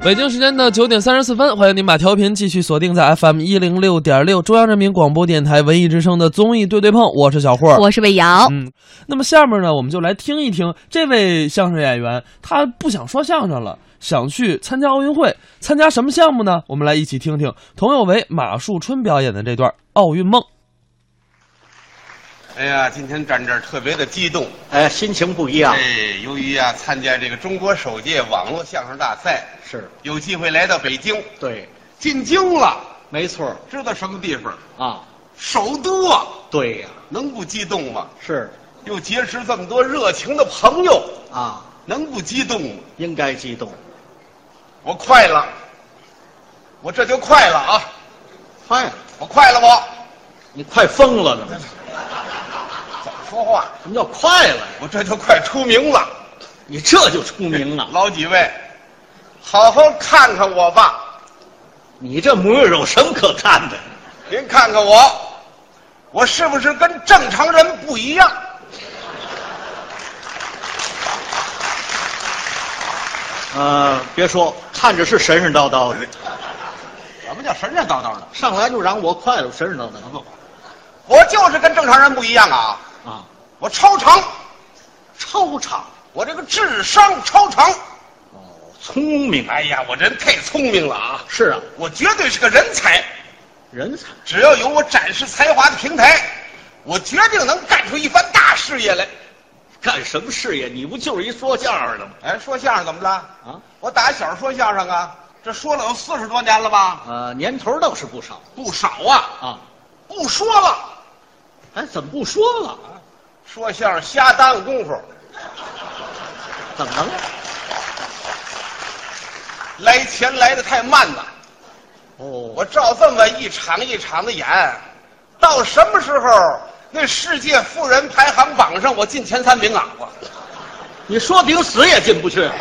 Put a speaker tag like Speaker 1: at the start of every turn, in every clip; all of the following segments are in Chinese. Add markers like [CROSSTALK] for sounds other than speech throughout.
Speaker 1: 北京时间的九点三十四分，欢迎您把调频继续锁定在 FM 一零六点六，中央人民广播电台文艺之声的综艺对对碰，我是小霍儿。
Speaker 2: 我是魏瑶，
Speaker 1: 嗯，那么下面呢，我们就来听一听这位相声演员，他不想说相声了，想去参加奥运会，参加什么项目呢？我们来一起听听佟有为、马树春表演的这段《奥运梦》。
Speaker 3: 哎呀，今天站这儿特别的激动。
Speaker 4: 哎，心情不一样，
Speaker 3: 哎，由于啊参加这个中国首届网络相声大赛，
Speaker 4: 是
Speaker 3: 有机会来到北京，
Speaker 4: 对，
Speaker 3: 进京了，
Speaker 4: 没错儿
Speaker 3: 知道什么地方？
Speaker 4: 啊，
Speaker 3: 首都啊，
Speaker 4: 对呀、
Speaker 3: 能不激动吗？
Speaker 4: 是
Speaker 3: 又结识这么多热情的朋友，
Speaker 4: 啊，
Speaker 3: 能不激动吗？
Speaker 4: 应该激动，
Speaker 3: 我快了，我这就快了啊！
Speaker 4: 快了，
Speaker 3: 我快哦了我，
Speaker 4: 你快疯了呢？
Speaker 3: 怎么说话？
Speaker 4: 什么叫快了呀？
Speaker 3: 我这就快出名了。
Speaker 4: 你这就出名 [LAUGHS] 了，
Speaker 3: 老几位，好好看看我吧。
Speaker 4: 你这模样有什么可看的？
Speaker 3: 您看看我，我是不是跟正常人不一样？
Speaker 4: 呃，别说，看着是神神叨叨的，
Speaker 3: 什么叫神神叨叨的？
Speaker 4: 上来就让我快了，神神叨叨
Speaker 3: 我就是跟正常人不一样啊！
Speaker 4: 的啊，
Speaker 3: 我超常，
Speaker 4: 超常
Speaker 3: 我这个智商超常。
Speaker 4: 哦，聪明
Speaker 3: 哎呀，我人太聪明了啊！
Speaker 4: 是啊，
Speaker 3: 我绝对是个人才，
Speaker 4: 人才
Speaker 3: 只要有我展示才华的平台，我决定能干出一番大事业来。
Speaker 4: 干什么事业？你不就是一说相声的吗？
Speaker 3: 哎，说相声怎么了？
Speaker 4: 啊，
Speaker 3: 我打小说相声啊，这说了有四十多年了吧？
Speaker 4: 呃，年头倒是不少
Speaker 3: 不少啊，
Speaker 4: 啊，
Speaker 3: 不说了。
Speaker 4: 哎，怎么不说了？
Speaker 3: 说相声瞎耽误功夫，
Speaker 4: 怎么了？
Speaker 3: 来钱来的太慢了。
Speaker 4: 哦，
Speaker 3: 我照这么一场一场的演，到什么时候那世界富人排行榜上我进前三名啊？我
Speaker 4: 你说顶死也进不去，啊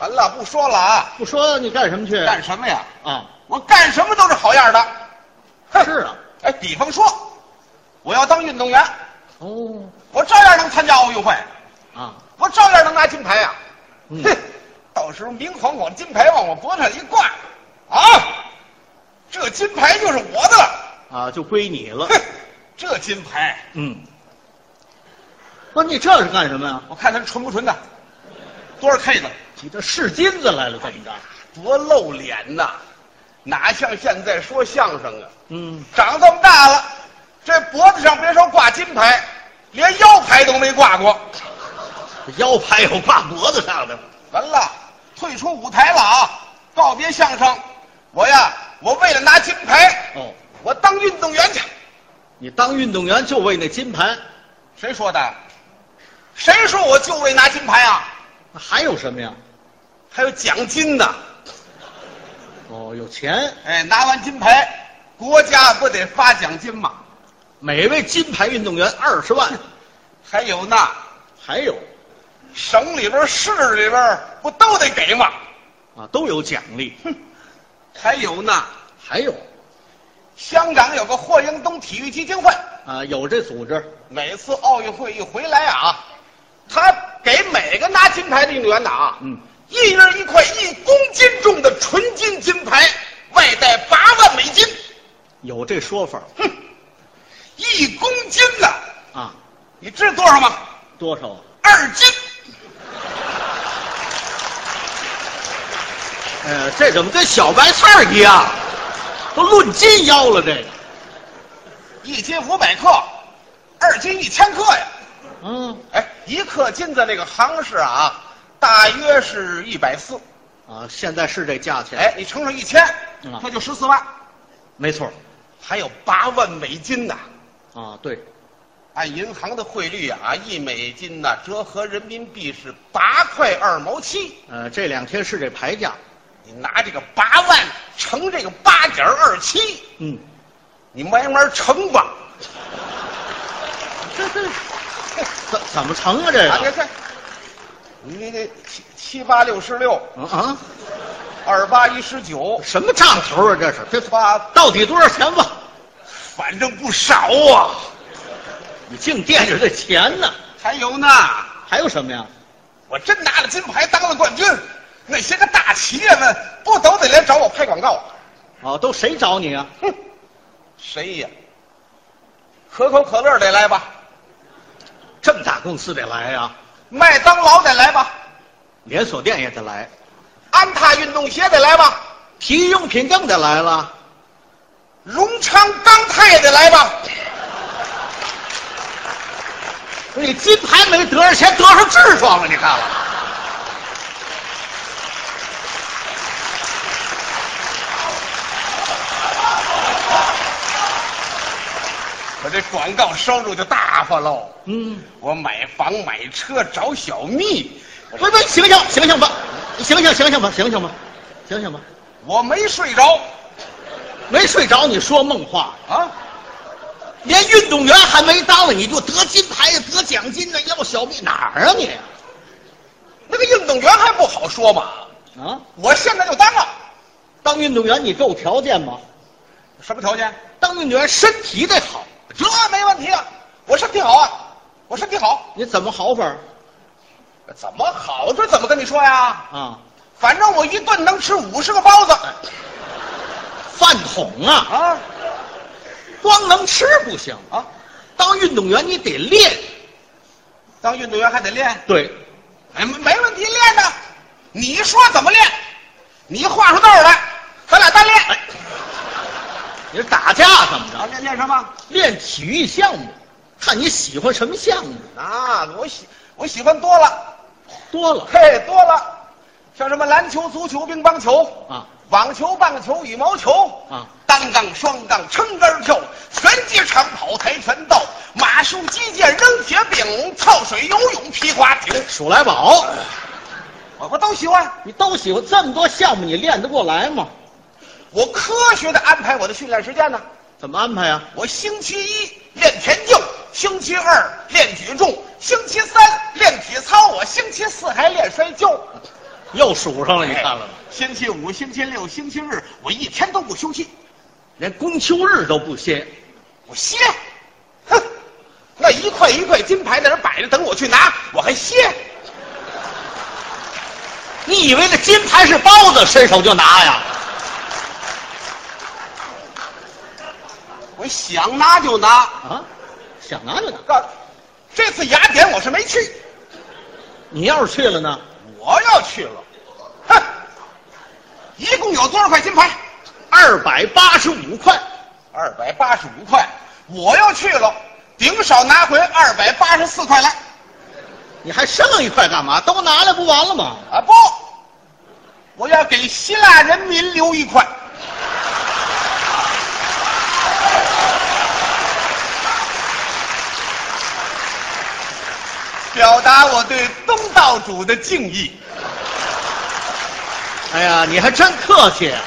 Speaker 3: 完了，不说了啊！
Speaker 4: 不说你干什么去？
Speaker 3: 干什么呀？
Speaker 4: 啊？
Speaker 3: 我干什么都是好样的。哼
Speaker 4: 是啊。
Speaker 3: 哎，比方说，我要当运动员，
Speaker 4: 哦，
Speaker 3: 我照样能参加奥运会，
Speaker 4: 啊，
Speaker 3: 我照样能拿金牌呀、
Speaker 4: 嗯
Speaker 3: 哼，到时候明晃晃金牌往我脖子上一挂，啊，这金牌就是我的了。
Speaker 4: 啊，就归你了
Speaker 3: 哼。，这金牌，
Speaker 4: 嗯，不，你这是干什么呀？
Speaker 3: 我看他纯不纯的，多少 K 的，
Speaker 4: 你这试金子来了，怎么着？
Speaker 3: 多露脸呐！哪像现在说相声啊？
Speaker 4: 嗯，
Speaker 3: 长这么大了，这脖子上别说挂金牌，连腰牌都没挂过。
Speaker 4: 腰牌有挂脖子上的吗，
Speaker 3: 完了，退出舞台了啊！告别相声，我呀，我为了拿金牌，
Speaker 4: 哦，
Speaker 3: 我当运动员去。
Speaker 4: 你当运动员就为那金牌，
Speaker 3: 谁说的？谁说我就为拿金牌啊？
Speaker 4: 那还有什么呀？
Speaker 3: 还有奖金呢！
Speaker 4: 哦，有钱，
Speaker 3: 哎，拿完金牌，国家不得发奖金吗？
Speaker 4: 每位金牌运动员二十万，
Speaker 3: 还有呢，
Speaker 4: 还有
Speaker 3: 省里边、市里边不都得给吗？
Speaker 4: 啊，都有奖励，
Speaker 3: 还有呢，
Speaker 4: 还有
Speaker 3: 香港有个霍英东体育基金会，
Speaker 4: 啊，有这组织，
Speaker 3: 每次奥运会一回来啊，他给每个拿金牌的运动员呐啊，
Speaker 4: 嗯，
Speaker 3: 一人一块一公斤重的纯金金牌，外带八万美金。
Speaker 4: 有这说法
Speaker 3: 哼，一公斤呐、
Speaker 4: 啊，
Speaker 3: 你知道多少吗？
Speaker 4: 多少啊？
Speaker 3: 二斤。
Speaker 4: 呃，这怎么跟小白菜儿一样？都论斤要了这个。
Speaker 3: 一斤五百克，二斤一千克呀。
Speaker 4: 嗯
Speaker 3: 哎，一克金子那个行市啊，大约是一百四。
Speaker 4: 啊，现在是这价钱。
Speaker 3: 哎，，你乘上一千，
Speaker 4: 嗯
Speaker 3: 那就十四万，
Speaker 4: 没错
Speaker 3: 还有八万美金呐、
Speaker 4: 啊，对，
Speaker 3: 按银行的汇率啊，一美金呐、折合人民币是八块二毛七。
Speaker 4: 呃，这两天是这牌价。
Speaker 3: 你拿这个八万乘这个八点二七，
Speaker 4: 嗯，
Speaker 3: 你慢慢乘吧。
Speaker 4: 这这
Speaker 3: 哎
Speaker 4: 怎怎么成啊？这
Speaker 3: 啊，你
Speaker 4: 个
Speaker 3: 看，你你这七七八六十六，
Speaker 4: 嗯啊，
Speaker 3: 二八一十九，
Speaker 4: 什么账头啊？这是这
Speaker 3: 八
Speaker 4: 到底多少钱吧？
Speaker 3: 反正不少啊。
Speaker 4: 你净惦记这钱呢？
Speaker 3: 还有呢，
Speaker 4: 还有什么呀？
Speaker 3: 我真拿了金牌，当了冠军。那些个大企业们不都得来找我拍广告？
Speaker 4: 哦，都谁找你啊？
Speaker 3: 哼，谁呀？可口可乐得来吧，
Speaker 4: 这么大公司得来呀、
Speaker 3: 麦当劳得来吧，
Speaker 4: 连锁店也得来，
Speaker 3: 安踏运动鞋得来吧，
Speaker 4: 体育用品更得来了。
Speaker 3: 荣昌钢泰也得来吧。
Speaker 4: 你金牌没得着钱，得上痔疮了，你看了？
Speaker 3: 我这广告收入就大发喽。
Speaker 4: 嗯，
Speaker 3: 我买房买车找小蜜，
Speaker 4: 不不，醒醒醒醒吧，醒醒醒醒吧，醒醒吧，醒醒吧，
Speaker 3: 我没睡着
Speaker 4: 没睡着你说梦话，
Speaker 3: 啊！
Speaker 4: 连运动员还没当呢，你就得金牌呀，得奖金呢，要小命哪儿啊你？
Speaker 3: 那个运动员还不好说嘛，
Speaker 4: 啊，
Speaker 3: 我现在就当了。
Speaker 4: 当运动员你够条件吗？
Speaker 3: 什么条件？
Speaker 4: 当运动员身体得好，
Speaker 3: 这没问题啊，我身体好啊，我身体好，
Speaker 4: 你怎么好法儿
Speaker 3: 怎么好？这怎么跟你说呀？
Speaker 4: 啊？
Speaker 3: 反正我一顿能吃五十个包子
Speaker 4: 饭桶啊，
Speaker 3: 啊
Speaker 4: 光能吃不行，
Speaker 3: 啊！
Speaker 4: 当运动员你得练。
Speaker 3: 当运动员还得练，
Speaker 4: 对，
Speaker 3: 哎，没没问题，练呐。你说怎么练？你画出道来，咱俩单练。
Speaker 4: 哎，你是打架怎么
Speaker 3: 啊，
Speaker 4: 着？
Speaker 3: 练练什么？
Speaker 4: 练体育项目，看你喜欢什么项目，
Speaker 3: 啊，我喜我喜欢多了。
Speaker 4: 多了
Speaker 3: 嘿，多了，像什么篮球、足球、乒乓球、
Speaker 4: 啊
Speaker 3: 网球、棒球、羽毛球、
Speaker 4: 啊，
Speaker 3: 单杠、双杠、撑杆跳、拳击、长跑、跆拳道、马术、击剑、扔铁饼、跳水、游泳、皮划艇，
Speaker 4: 数来宝，
Speaker 3: 我我都喜欢。
Speaker 4: 你都喜欢这么多项目，你练得过来吗？
Speaker 3: 我科学的安排我的训练时间呢。
Speaker 4: 怎么安排啊呀、
Speaker 3: 我星期一练田径，星期二练举重，星期三练体操，我星期四还练摔跤。
Speaker 4: 又数上了，你看了吗？
Speaker 3: 星期五、星期六、星期日，我一天都不休息。
Speaker 4: 连公休日都不歇，
Speaker 3: 我歇，哼，那一块一块金牌在那儿摆着，等我去拿，我还歇。
Speaker 4: 你以为那金牌是包子，伸手就拿呀？
Speaker 3: 我想拿就拿。
Speaker 4: 啊，想拿就拿。
Speaker 3: 告这次雅典我是没去，
Speaker 4: 你要是去了呢？
Speaker 3: 我要去了。哼，一共有多少块金牌？
Speaker 4: 二百八十五块，
Speaker 3: 二百八十五块。我要去了，顶少拿回二百八十四块来。
Speaker 4: 你还剩一块干嘛？都拿来不完了吗？
Speaker 3: 啊不，我要给希腊人民留一块。表达我对东道主的敬意。
Speaker 4: 哎呀，你还真客气啊，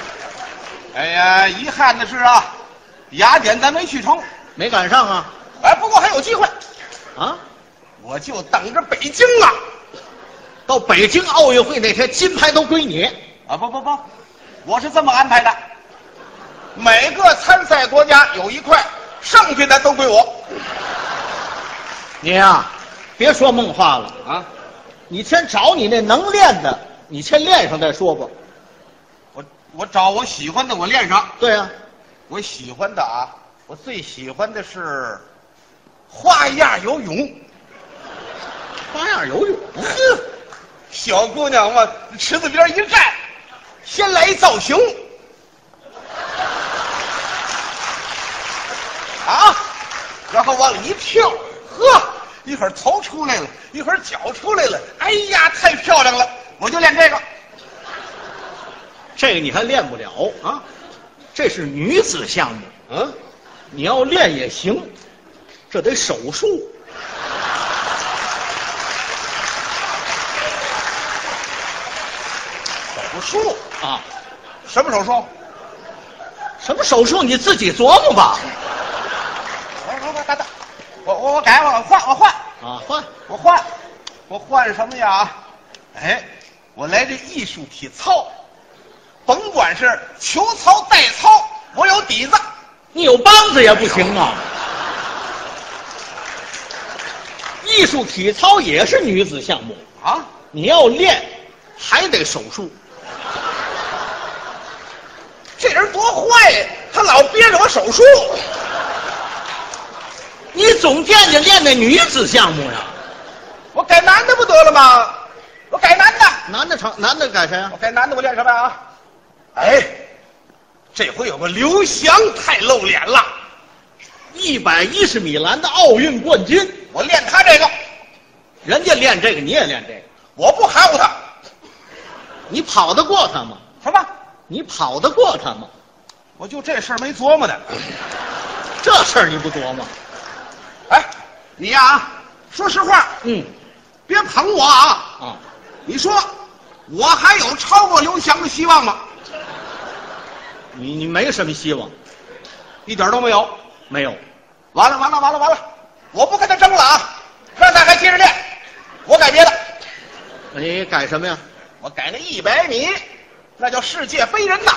Speaker 3: 哎呀，遗憾的是啊，雅典咱没去成。
Speaker 4: 没赶上啊？
Speaker 3: 哎，不过还有机会，
Speaker 4: 啊，
Speaker 3: 我就等着北京啊！
Speaker 4: 到北京奥运会那天，金牌都归你。
Speaker 3: 啊，不不不，我是这么安排的：每个参赛国家有一块，剩下的都归我。
Speaker 4: 你呀、别说梦话了，
Speaker 3: 啊，
Speaker 4: 你先找你那能练的，你先练上再说吧。
Speaker 3: 我我找我喜欢的，我练上。
Speaker 4: 对呀、啊
Speaker 3: 我喜欢的啊，我最喜欢的是花样游泳。
Speaker 4: 花样游泳，
Speaker 3: 呵，小姑娘往池子边一站，先来一造型。啊，然后往里一跳，呵，一会儿头出来了，一会儿脚出来了，哎呀，太漂亮了！我就练这个。
Speaker 4: 这个你还练不了啊？这是女子项目，啊
Speaker 3: 嗯，
Speaker 4: 你要练也行，这得手术。
Speaker 3: 手术？
Speaker 4: 啊，
Speaker 3: 什么手术？
Speaker 4: 什么手术你自己琢磨吧。
Speaker 3: 我我我等等，我我我改我换我换
Speaker 4: 啊，换
Speaker 3: 我换我换什么呀？哎，我来这艺术体操，甭管是球操带操，我有底子。
Speaker 4: 你有梆子也不行啊。艺术体操也是女子项目，
Speaker 3: 啊，
Speaker 4: 你要练，还得手术。
Speaker 3: 这人多坏呀，他老憋着我手术。
Speaker 4: 你总惦记练那女子项目呀？
Speaker 3: 我改男的不得了吗？我改男的，
Speaker 4: 男的成，男的改谁呀
Speaker 3: 我？改男的，我练什么呀、啊？哎，这回有个刘翔太露脸了，
Speaker 4: 一百一十米栏的奥运冠军，
Speaker 3: 我练他这个，
Speaker 4: 人家练这个，你也练这个，
Speaker 3: 我不含糊他。
Speaker 4: 你跑得过他吗？
Speaker 3: 什么？
Speaker 4: 你跑得过他吗？
Speaker 3: 我就这事儿没琢磨呢。
Speaker 4: 这事儿你不琢磨？
Speaker 3: 哎，你呀、说实话，
Speaker 4: 嗯，
Speaker 3: 别捧我啊！
Speaker 4: 啊，
Speaker 3: 你说，我还有超过刘翔的希望吗？
Speaker 4: 你你没什么希望，
Speaker 3: 一点都没有。
Speaker 4: 没有。
Speaker 3: 完了完了完了完了，我不跟他争了啊！让他还接着练，我改别的，
Speaker 4: 你改什么呀？
Speaker 3: 我改那一百米，那叫世界飞人呐！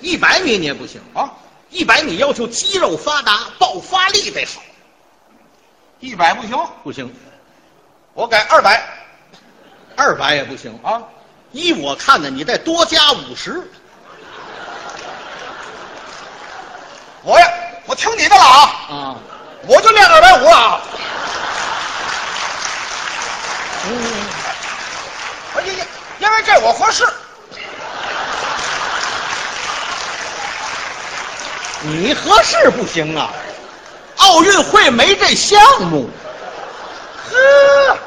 Speaker 4: 一百米你也不行，
Speaker 3: 啊，
Speaker 4: 一百米要求肌肉发达，爆发力得好，
Speaker 3: 一百不行，
Speaker 4: 不行。
Speaker 3: 我改二百
Speaker 4: 二百也不行。
Speaker 3: 啊！
Speaker 4: 依我看呢，你再多加五十，
Speaker 3: 我呀，我听你的了啊！
Speaker 4: 啊，
Speaker 3: 我就练二百五了啊！ [LAUGHS] 嗯，因因因为这我合适，
Speaker 4: 你合适不行啊。奥运会没这项目，
Speaker 3: 呵，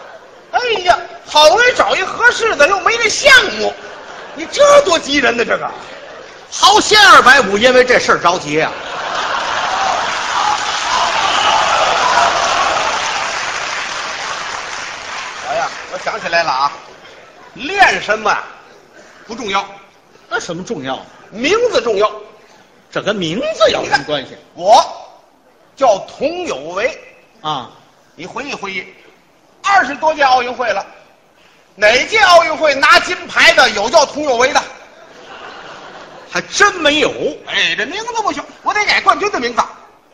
Speaker 3: 哎呀，好不容易找一合适的，又没这项目，你这多急人呢？这个，
Speaker 4: 豪先二百五因为这事儿着急啊。
Speaker 3: 哎呀，我想起来了啊，练什么呀啊不重要，
Speaker 4: 那什么重要？
Speaker 3: 名字重要。
Speaker 4: 这跟名字有什么关系
Speaker 3: 我叫童有为，
Speaker 4: 啊？
Speaker 3: 你回忆回忆，二十多届奥运会了，哪届奥运会拿金牌的有叫童有为的？
Speaker 4: 还真没有。
Speaker 3: 哎，这名字不行，我得改冠军的名字。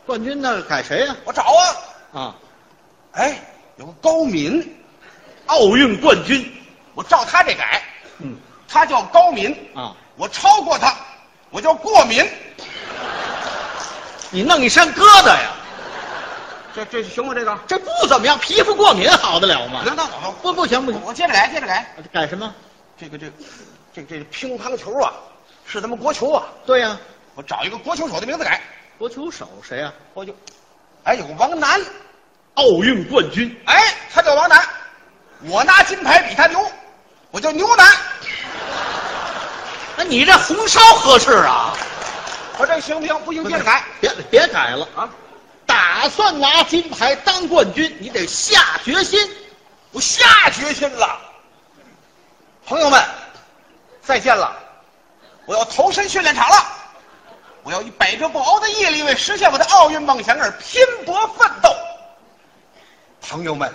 Speaker 4: 冠军那改谁呀、
Speaker 3: 我找啊，
Speaker 4: 啊？
Speaker 3: 哎，有个高敏，
Speaker 4: 奥运冠军。
Speaker 3: 我照他这改，
Speaker 4: 嗯
Speaker 3: 他叫高敏，
Speaker 4: 啊，
Speaker 3: 我超过他，我叫过敏，
Speaker 4: 你弄一身疙瘩呀，
Speaker 3: 这这行吗？这个？
Speaker 4: 这不怎么样，皮肤过敏好得了吗？
Speaker 3: 啊那那我
Speaker 4: 不不行不行，啊
Speaker 3: 我接着改，接着改。
Speaker 4: 改什么？
Speaker 3: 这个这个这个这个乒乓球啊，是咱们国球啊，
Speaker 4: 对呀、
Speaker 3: 我找一个国球手的名字改。
Speaker 4: 国球手谁呀、
Speaker 3: 我就，哎，有个王楠，
Speaker 4: 奥运冠军。
Speaker 3: 哎，他叫王楠，我拿金牌比他牛，我叫牛楠，
Speaker 4: 那你这红烧合适啊？
Speaker 3: 我这行不行？不行，接着改
Speaker 4: 别别改了
Speaker 3: 啊！
Speaker 4: 打算拿金牌当冠军，你得下决心。
Speaker 3: 我下决心了，朋友们，再见了，我要投身训练场了，我要以百折不挠的毅力为实现我的奥运梦想而拼搏奋斗。朋友们，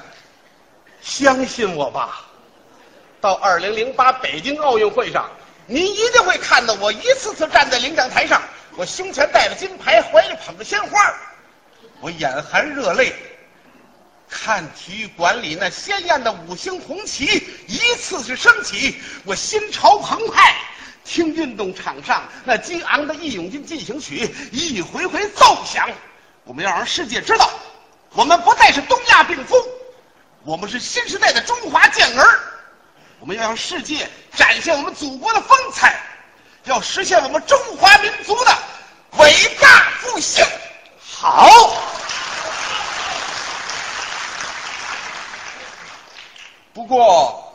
Speaker 3: 相信我吧，到二零零八北京奥运会上，您一定会看到我一次次站在领奖台上，我胸前戴着金牌，怀里捧着鲜花，我眼含热泪。看体育馆里那鲜艳的五星红旗一次次升起，我心潮澎湃；听运动场上那激昂的《义勇军进行曲》一回回奏响。我们要让世界知道，我们不再是东亚病夫，我们是新时代的中华健儿。我们要让世界展现我们祖国的风采，要实现我们中华民族的伟大复兴。好。不过，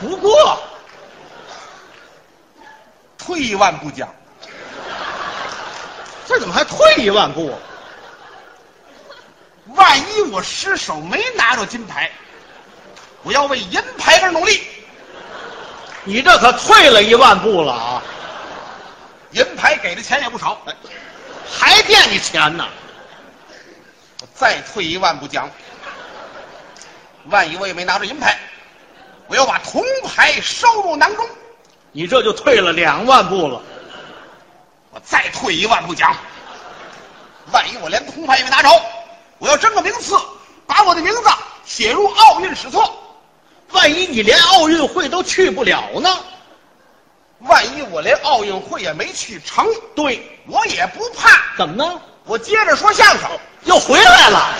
Speaker 4: 不过，
Speaker 3: 退一万步讲，
Speaker 4: 这怎么还退一万步？
Speaker 3: 万一我失手没拿着金牌，我要为银牌而努力。
Speaker 4: 你这可退了一万步了啊！
Speaker 3: 银牌给的钱也不少，
Speaker 4: 哎，还惦记钱呢？
Speaker 3: 我再退一万步讲，万一我也没拿着银牌，我要把铜牌收入囊中。
Speaker 4: 你这就退了两万步了。
Speaker 3: 我再退一万步讲，万一我连铜牌也没拿着，我要争个名次，把我的名字写入奥运史册。
Speaker 4: 万一你连奥运会都去不了呢？
Speaker 3: 万一我连奥运会也没去成，
Speaker 4: 对，
Speaker 3: 我也不怕，
Speaker 4: 怎么呢？
Speaker 3: 我接着说相声。
Speaker 4: 又回来了。